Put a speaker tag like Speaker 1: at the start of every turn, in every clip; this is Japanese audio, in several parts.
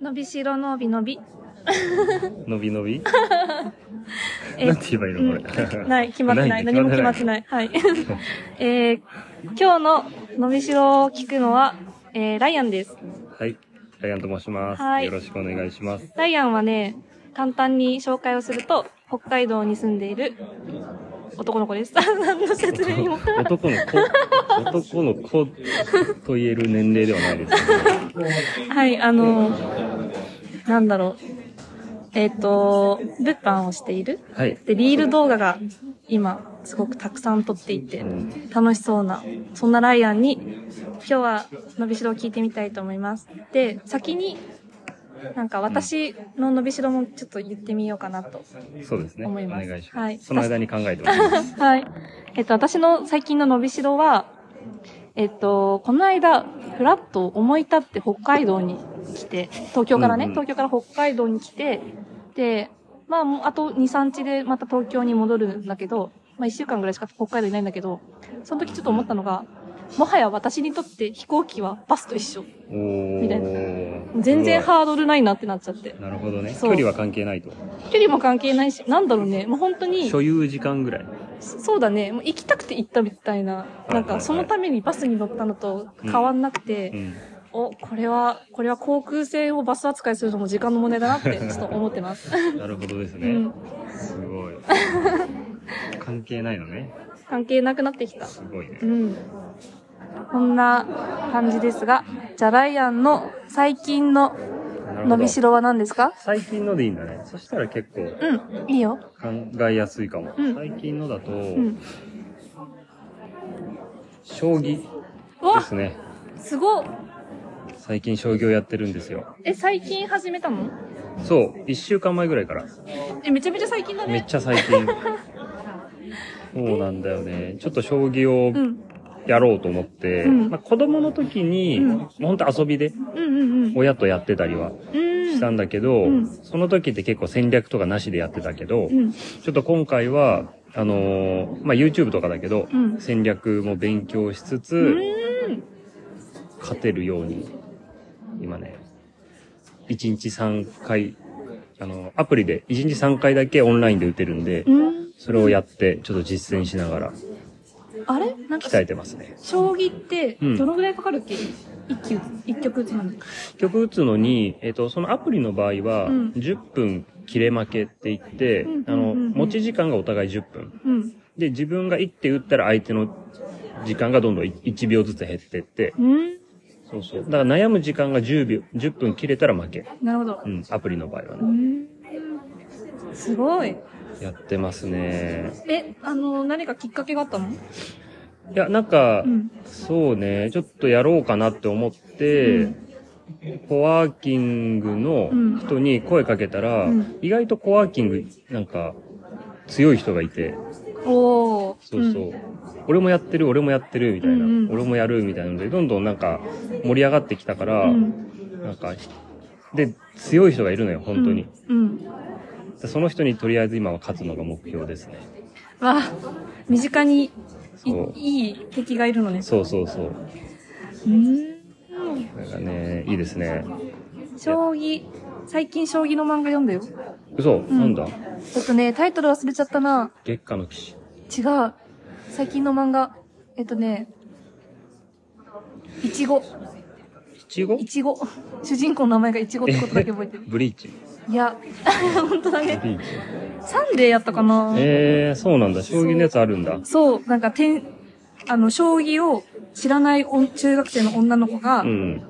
Speaker 1: 伸びしろのびのび。
Speaker 2: のびのび
Speaker 1: え
Speaker 2: なんて言えばいいのこれ。
Speaker 1: ない、決まってない。
Speaker 2: ね
Speaker 1: 何も決まって
Speaker 2: い。
Speaker 1: ない。はい。 えー、今日の伸びしろを聞くのは、えー、ライアンです。
Speaker 2: はい。ライアンと申します。
Speaker 1: はい
Speaker 2: よろしくお願いします。
Speaker 1: ライアンはね、簡単に紹介をすると、北海道に住んでいる男の子です。 何の説明に も。
Speaker 2: 男の子、男の子と言える年齢ではないですけど。
Speaker 1: はい、あのなんだろう。えっ、と、物販をしている。
Speaker 2: はい。
Speaker 1: で、リール動画が今、すごくたくさん撮っていて
Speaker 2: うん、
Speaker 1: 楽しそうな、そんなライアンに、今日は伸びしろを聞いてみたいと思います。で、先に、なんか私の伸びしろもちょっと言ってみようかなと。
Speaker 2: そうですね。お
Speaker 1: 思
Speaker 2: 願
Speaker 1: います
Speaker 2: いし
Speaker 1: は
Speaker 2: ま
Speaker 1: い
Speaker 2: す。その間に考えております。
Speaker 1: はい。えっと、私の最近の伸びしろは、えっと、この間、ふらっと思い立って北海道に来て、東京からね、
Speaker 2: うんうん
Speaker 1: 東京から北海道に来て、で、まあ、もうあと2、3日でまた東京に戻るんだけど、まあ1週間ぐらいしか北海道いないんだけど、その時ちょっと思ったのが、もはや私にとって飛行機はバスと一緒。
Speaker 2: おー
Speaker 1: みたい全然
Speaker 2: すごい
Speaker 1: ハードルないなってなっちゃって。
Speaker 2: なるほどね。
Speaker 1: そ
Speaker 2: 距
Speaker 1: う
Speaker 2: 離は関係ないと。
Speaker 1: 距離も関係ないし、なんだろうね、もう本当に。
Speaker 2: 所有時間ぐらい。
Speaker 1: そそうだね。もう行きたくて行ったみたいな。
Speaker 2: い
Speaker 1: な
Speaker 2: は
Speaker 1: ん
Speaker 2: い
Speaker 1: か、そのためにバスに乗ったのと変わんなくて、
Speaker 2: うん。
Speaker 1: お、これは、これは航空船をバス扱いするのも時間の問題だな って、ちょっと思ってます。
Speaker 2: なるほどです
Speaker 1: う
Speaker 2: ね
Speaker 1: ん。。
Speaker 2: すごい。関係ないのね。
Speaker 1: 関係なくなってきた。
Speaker 2: すごいね
Speaker 1: う。ん。こんな感じですが、じゃあライアンの最近の
Speaker 2: なるほど
Speaker 1: 伸びしろは何ですか
Speaker 2: 最近のでいいんだね。そしたら結構
Speaker 1: うん、いいよ。
Speaker 2: 考えやすいかも。
Speaker 1: うん
Speaker 2: 最近のだと、
Speaker 1: うん。
Speaker 2: 将棋
Speaker 1: う
Speaker 2: で
Speaker 1: わ
Speaker 2: すね。
Speaker 1: すごっ
Speaker 2: 最近将棋をやってるんですよ。
Speaker 1: え、最近始めたの
Speaker 2: そう、1週間前ぐらいから。
Speaker 1: え、めちゃめちゃ最近だ
Speaker 2: めっ
Speaker 1: ね。
Speaker 2: ちゃ最 近。そうなんだよね。ちょっと将棋
Speaker 1: う
Speaker 2: を
Speaker 1: ん。
Speaker 2: やろうと思って、
Speaker 1: うん
Speaker 2: まあ、子供の時に、
Speaker 1: うん
Speaker 2: もうほんと遊びで
Speaker 1: うんうんうん。
Speaker 2: 親とやってたりは
Speaker 1: うん。
Speaker 2: したんだけど、
Speaker 1: うん
Speaker 2: その時って結構戦略とかなしでやってたけど、
Speaker 1: うん。
Speaker 2: ちょっと今回は、あのーまあ、YouTube とかだけど、
Speaker 1: うん
Speaker 2: 戦略も勉強しつつ、
Speaker 1: うん。
Speaker 2: 勝てるように、今ね、1日3回、あの、アプリで1日3回だけオンラインで打てるんで、
Speaker 1: うん。
Speaker 2: それをやって、ちょっと実践しながら
Speaker 1: あれなんか
Speaker 2: 鍛えてますね。
Speaker 1: 将棋って
Speaker 2: うん
Speaker 1: どのぐらいかかるっけ、一球一局打つのに
Speaker 2: 結局打つのに、えっ、と、そのアプリの場合は、
Speaker 1: うん
Speaker 2: 10分切れ負けって言って、
Speaker 1: うん
Speaker 2: あ
Speaker 1: う
Speaker 2: の、
Speaker 1: んうんうん
Speaker 2: 持ち時間がお互い10分。
Speaker 1: うん
Speaker 2: で、自分が1手打ったら相手の時間がどんどん1秒ずつ減ってって、
Speaker 1: うん
Speaker 2: そうそう。だから悩む時間が10秒、10分切れたら負け。
Speaker 1: なるほど
Speaker 2: うん、アプリの場合は
Speaker 1: う
Speaker 2: ね。
Speaker 1: んすごい
Speaker 2: やってますね。
Speaker 1: えあの何かきっかけがあったの
Speaker 2: いや、なんか、
Speaker 1: うん
Speaker 2: そうね、ちょっとやろうかなって思って、コワーキングの人に声かけたら、
Speaker 1: うん
Speaker 2: 意外とコワーキング、なんか、強い人がいて、
Speaker 1: おお
Speaker 2: そうそう、俺もやってる、俺もやってる、みたいな、
Speaker 1: うんうん
Speaker 2: 俺もやる、みたいなので、どんどんなんか、盛り上がってきたから、
Speaker 1: うん
Speaker 2: なんか、で、強い人がいるのよ、本当に。
Speaker 1: うん、うん
Speaker 2: でその人にとりあえず今は勝つのが目標ですね。
Speaker 1: わあ身近にい
Speaker 2: そう
Speaker 1: いい敵がいるのね
Speaker 2: そうそうそう。
Speaker 1: うん
Speaker 2: なんかね、いいですね。
Speaker 1: 将棋最近将棋の漫画読んだよ
Speaker 2: 嘘、
Speaker 1: ん
Speaker 2: なんだ
Speaker 1: ちょっとねタイトル忘れちゃったな
Speaker 2: 月下の騎士。
Speaker 1: 違う。最近の漫画。えっとね、いちご。
Speaker 2: いちご。
Speaker 1: いちご。主人公の名前がいちごってことだけ覚えてる
Speaker 2: ブリーチ。
Speaker 1: いや、本当だ
Speaker 2: ブリ
Speaker 1: ね。
Speaker 2: ーチ。
Speaker 1: サンデーやったかな、
Speaker 2: えー、そうなんだ。将棋のやつあるんだ。
Speaker 1: そう、なんか、てん、あの、将棋を知らないお中学生の女の子が、
Speaker 2: うん。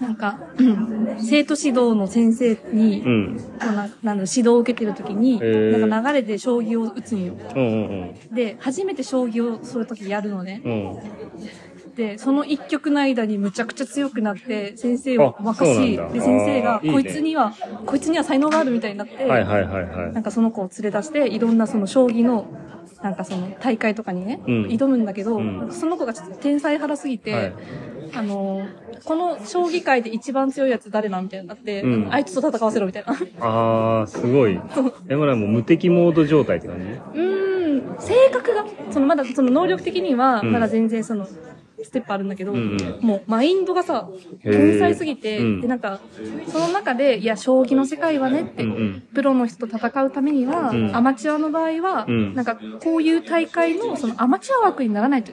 Speaker 1: なんか、うん生徒指導の先生に、
Speaker 2: うん。
Speaker 1: こうななんだろう指導を受けてる時に、
Speaker 2: へー
Speaker 1: なんか流れで将棋を打つんよ。
Speaker 2: うんうん
Speaker 1: で、初めて将棋をそういう時やるのね。
Speaker 2: うん。うん。
Speaker 1: で、その一曲の間にむちゃくちゃ強くなって、先生を
Speaker 2: あ
Speaker 1: 任し、
Speaker 2: そうなんだ
Speaker 1: で、先生が、
Speaker 2: あーいい
Speaker 1: こ
Speaker 2: ね
Speaker 1: いつには、こいつには才能があるみたいになって、
Speaker 2: はいはいはいは。
Speaker 1: ないんかその子を連れ出して、いろんなその将棋の、なんかその大会とかにね、
Speaker 2: うん
Speaker 1: 挑むんだけど、
Speaker 2: うん
Speaker 1: なんかその子がちょっと天才派すぎて、
Speaker 2: はい
Speaker 1: あのーこの将棋界で一番強いやつ誰なんみたいになって、
Speaker 2: うん
Speaker 1: あいつと戦わせろみたいな。
Speaker 2: あー、すごい。え、もうなんかもう無敵モード状態って感じ
Speaker 1: うーん、性格が、そのまだその能力的には、
Speaker 2: うん
Speaker 1: まだ全然その、ステップあるんだけど、
Speaker 2: うんうん
Speaker 1: もうマインドがさ、
Speaker 2: へー
Speaker 1: 天才すぎて、
Speaker 2: うん
Speaker 1: で、なんか、その中で、いや、将棋の世界はねって、
Speaker 2: うんうん
Speaker 1: プロの人と戦うためには、
Speaker 2: うん
Speaker 1: アマチュアの場合は、
Speaker 2: うん
Speaker 1: なんか、こういう大会の、そのアマチュア枠にならないと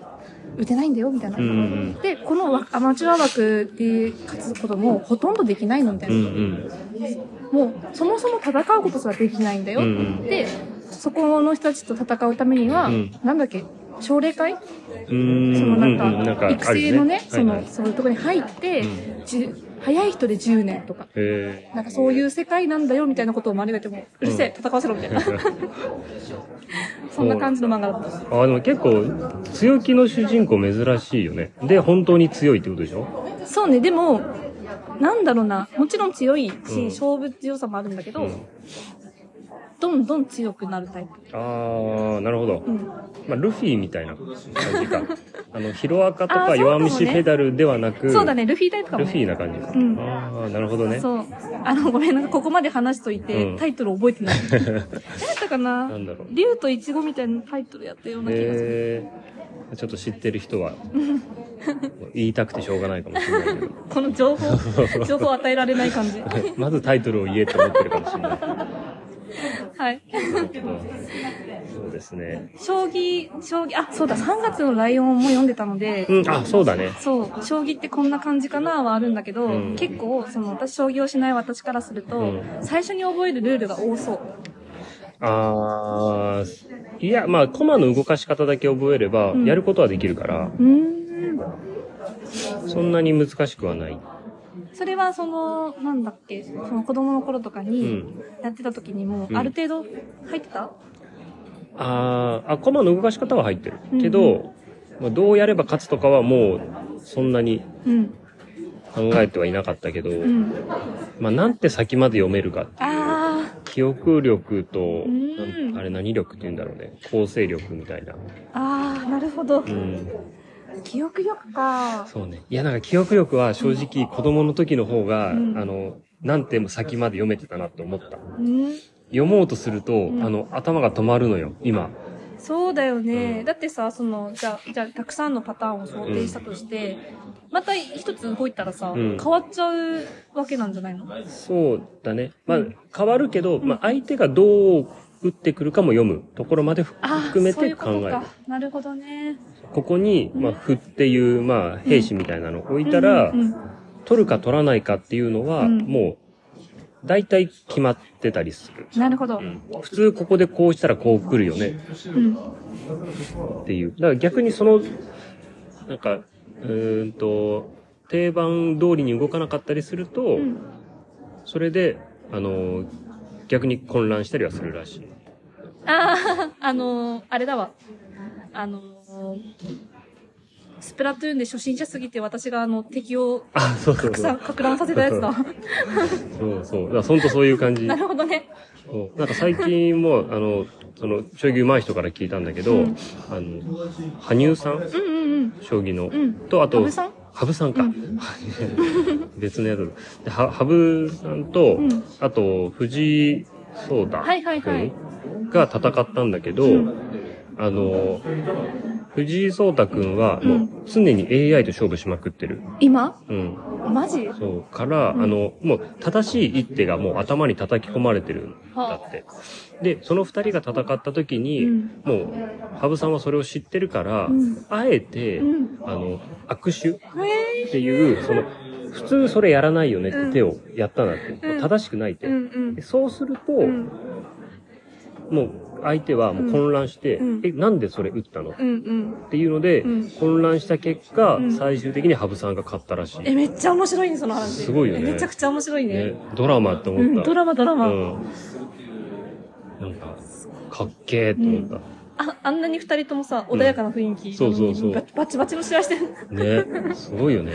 Speaker 1: 打てないんだよ、みたいな。
Speaker 2: うんうん
Speaker 1: で、この枠アマチュア枠で勝つこともほとんどできないの、みたい
Speaker 2: うんう
Speaker 1: な。
Speaker 2: ん
Speaker 1: もう、そもそも戦うことすらできないんだよ。
Speaker 2: うんうん
Speaker 1: で、そこの人たちと戦うためには、
Speaker 2: うん
Speaker 1: なんだっけ、奨励会
Speaker 2: うー
Speaker 1: そ
Speaker 2: ん
Speaker 1: の
Speaker 2: う
Speaker 1: なんん
Speaker 2: うんなんか
Speaker 1: か、育成のね、
Speaker 2: ある
Speaker 1: そ
Speaker 2: ねはいは
Speaker 1: の
Speaker 2: い、
Speaker 1: そういうとこに入って
Speaker 2: う、
Speaker 1: じゅ早い人で10年とか、
Speaker 2: へ
Speaker 1: なんかそういう世界なんだよみたいなことを周りが言っても、うるせえ、戦わせろみたいな。 そんな感じの漫画だった。
Speaker 2: ーあでも結構強気の主人公珍しいよねで本当に強いってことでしょ
Speaker 1: そうね、でも、なんだろうな、もちろん強いし、
Speaker 2: うん
Speaker 1: 勝負強さもあるんだけど、
Speaker 2: うん
Speaker 1: どんどん強くなるタイプ。
Speaker 2: ああなるほど、
Speaker 1: うん。
Speaker 2: まあ、ルフィみたいな感じ かあのヒロアカと
Speaker 1: あーそうか
Speaker 2: か
Speaker 1: もね
Speaker 2: 弱虫ペダルではなく
Speaker 1: そうだね、ルフィタイプかも
Speaker 2: ルフィ
Speaker 1: ね。
Speaker 2: な感じか、
Speaker 1: うん
Speaker 2: ああなるほどね
Speaker 1: そう。あの、ごめん、なんかここまで話しといて、
Speaker 2: うん
Speaker 1: タイトル覚えて ない。何やったかな
Speaker 2: なんだろう
Speaker 1: 竜とイチゴみたいなタイトルやったような気がする。
Speaker 2: えー、ちょっと知ってる人は言いたくてしょうがないかもしれないけど
Speaker 1: この情報、情報与えられない感じ。
Speaker 2: まずタイトルを言えと思ってるかもしれない
Speaker 1: はい。
Speaker 2: けどそうですね
Speaker 1: 将棋、将棋、あ、そうだ、3月のライオンも読んでたので、
Speaker 2: うんあそうだね
Speaker 1: そう、将棋ってこんな感じかなはあるんだけど、
Speaker 2: うん
Speaker 1: 結構、その、私、将棋をしない私からすると、
Speaker 2: うん
Speaker 1: 最初に覚えるルールが多そう。
Speaker 2: あーいやまあコマの動かし方だけ覚えれば
Speaker 1: ん
Speaker 2: やることはできるから、
Speaker 1: うーん。
Speaker 2: そんなに難しくはない
Speaker 1: それは、その、なんだっけ、その子供の頃とかに
Speaker 2: うん、
Speaker 1: やってた時にも、
Speaker 2: うん
Speaker 1: ある程度入ってた、
Speaker 2: あーあコマの動かし方は入ってるけど、
Speaker 1: うん
Speaker 2: まあ、どうやれば勝つとかはもうそんなに
Speaker 1: うん、
Speaker 2: 考えてはいなかったけど、
Speaker 1: うん。
Speaker 2: まあ、なんて先まで読めるか
Speaker 1: あ
Speaker 2: 記憶力と、
Speaker 1: ん
Speaker 2: なんあれ何力って言うんだろうね構成力みたいな
Speaker 1: ー、あー、なるほど
Speaker 2: う。ん
Speaker 1: 記憶力か。
Speaker 2: そうねいやなんか記憶力は正直子供の時の方が、
Speaker 1: うん
Speaker 2: あの何ても先まで読めてたなって思った
Speaker 1: うん
Speaker 2: 読もうとすると、
Speaker 1: ん
Speaker 2: あの頭が止まるのよ今
Speaker 1: そうだよね、
Speaker 2: うん
Speaker 1: だってさそのじゃあじゃあたくさんのパターンを想定したとして、また一つ動いたらさ、
Speaker 2: うん
Speaker 1: 変わっちゃうわけなんじゃないの
Speaker 2: そうだねまあ
Speaker 1: うん
Speaker 2: 変わるけど、まあ、相手がどう打ってくるかも読むところまで
Speaker 1: あ
Speaker 2: 含め
Speaker 1: そうい
Speaker 2: て
Speaker 1: うこ
Speaker 2: 考え
Speaker 1: と
Speaker 2: る
Speaker 1: かなるほどね
Speaker 2: ここに、まあ、歩っていう、まあ、兵士みたいなのを置いたら、
Speaker 1: うんうん
Speaker 2: 取るか取らないかっていうのは、
Speaker 1: うん
Speaker 2: もう、大体決まってたりする。
Speaker 1: うんなるほど、う
Speaker 2: うんん普通ここでこうしたらこう来るよねっていう。だから逆にその、なんか、うーんと、定番通りに動かなかったりすると、
Speaker 1: うん
Speaker 2: それで、あの、逆に混乱したりはするらしい。
Speaker 1: あああのーあれだわあのースプラトゥーンで初心者すぎて私があの敵を
Speaker 2: あ、そうそう
Speaker 1: 拡
Speaker 2: そ
Speaker 1: 散
Speaker 2: う。
Speaker 1: 拡乱させたやつだわ
Speaker 2: そうそう。だからほんとそういう感じ
Speaker 1: な。るほどね
Speaker 2: そうなんか最近も、あの、その、将棋上手い人から聞いたんだけど、
Speaker 1: うん
Speaker 2: あの、羽生さん
Speaker 1: うんうんうん
Speaker 2: 将棋
Speaker 1: う
Speaker 2: の、
Speaker 1: ん
Speaker 2: とあと
Speaker 1: 羽生さん
Speaker 2: 羽生さんか、
Speaker 1: う
Speaker 2: 別のやつでは羽生さんと、
Speaker 1: うん
Speaker 2: あと藤井聡太
Speaker 1: はいはいはい
Speaker 2: 君が戦ったんだけど、
Speaker 1: うん
Speaker 2: あの藤井聡太君は
Speaker 1: うん
Speaker 2: もう常に AI と勝負しまくってる、
Speaker 1: 今
Speaker 2: うん、
Speaker 1: マジ
Speaker 2: そうから、
Speaker 1: うん
Speaker 2: あのもう正しい一手がもう頭に叩き込まれてるんだって、でその二人が戦った時に、
Speaker 1: うん
Speaker 2: もう羽生さんはそれを知ってるから、
Speaker 1: うん
Speaker 2: あえて、
Speaker 1: うん
Speaker 2: あの握手
Speaker 1: え
Speaker 2: っていうその普通それやらないよねって手をやったなって、
Speaker 1: うん
Speaker 2: 正しくないって、
Speaker 1: ー、うんうん
Speaker 2: でそうすると、
Speaker 1: うん
Speaker 2: もう相手はもう混乱して、
Speaker 1: うんうん
Speaker 2: えなんでそれ打ったの、
Speaker 1: うんうん
Speaker 2: っていうので、
Speaker 1: うん
Speaker 2: 混乱した結果、
Speaker 1: うん
Speaker 2: 最終的に羽生さんが勝ったらしい、
Speaker 1: えめっちゃ面白いねその話
Speaker 2: すごいよね
Speaker 1: えめちゃくちゃ面白いね
Speaker 2: ね、ドラマって
Speaker 1: う
Speaker 2: 思った、
Speaker 1: んドラマドラマ、
Speaker 2: うんなんかかっけーって思った、
Speaker 1: ああんなに二人ともさ穏やかな雰囲気、
Speaker 2: そうそうそう
Speaker 1: ババチバチの試合してる
Speaker 2: ねすごいよね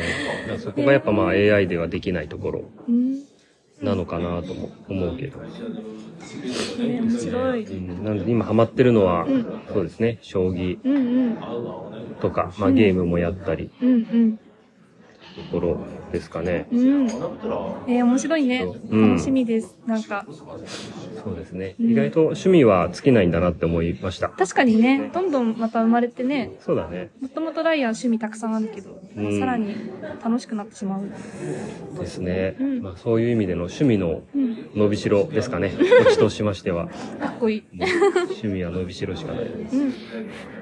Speaker 2: だからそこがやっぱまあ AI ではできないところ
Speaker 1: うんね
Speaker 2: なのかなとも思うけど、
Speaker 1: 面白
Speaker 2: う
Speaker 1: い
Speaker 2: ん、なので今ハマってるのは、
Speaker 1: ん
Speaker 2: そうですね将棋
Speaker 1: うんうん
Speaker 2: とか、まあ、ゲームもやったり
Speaker 1: うんうん
Speaker 2: ところですかね。
Speaker 1: うん。えー、面白いね。
Speaker 2: うん
Speaker 1: 楽しみです。なんか、
Speaker 2: そうですね。
Speaker 1: うん
Speaker 2: 意外と趣味は尽きないんだなって思いました。
Speaker 1: 確かにね、どんどんまた生まれてね、
Speaker 2: そうだね。
Speaker 1: もともとライアン趣味たくさんあるけど、
Speaker 2: うん
Speaker 1: さらに楽しくなってしまう。
Speaker 2: ですね。
Speaker 1: うん
Speaker 2: まあそういう意味での趣味の
Speaker 1: うん。
Speaker 2: 伸びしろですか ね。こっちとしましては。
Speaker 1: かっこいい。
Speaker 2: 趣味は伸びしろしかない。
Speaker 1: うん。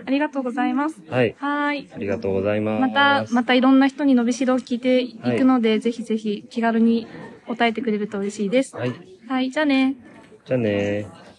Speaker 1: ありがとうございます。
Speaker 2: はい。
Speaker 1: はーい。
Speaker 2: ありがとうございます。
Speaker 1: また、またいろんな人に伸びしろを聞いていくので、ぜひぜひ気軽に答えてくれると嬉しいです。
Speaker 2: はい。
Speaker 1: はい、じゃあね。
Speaker 2: じゃあねー。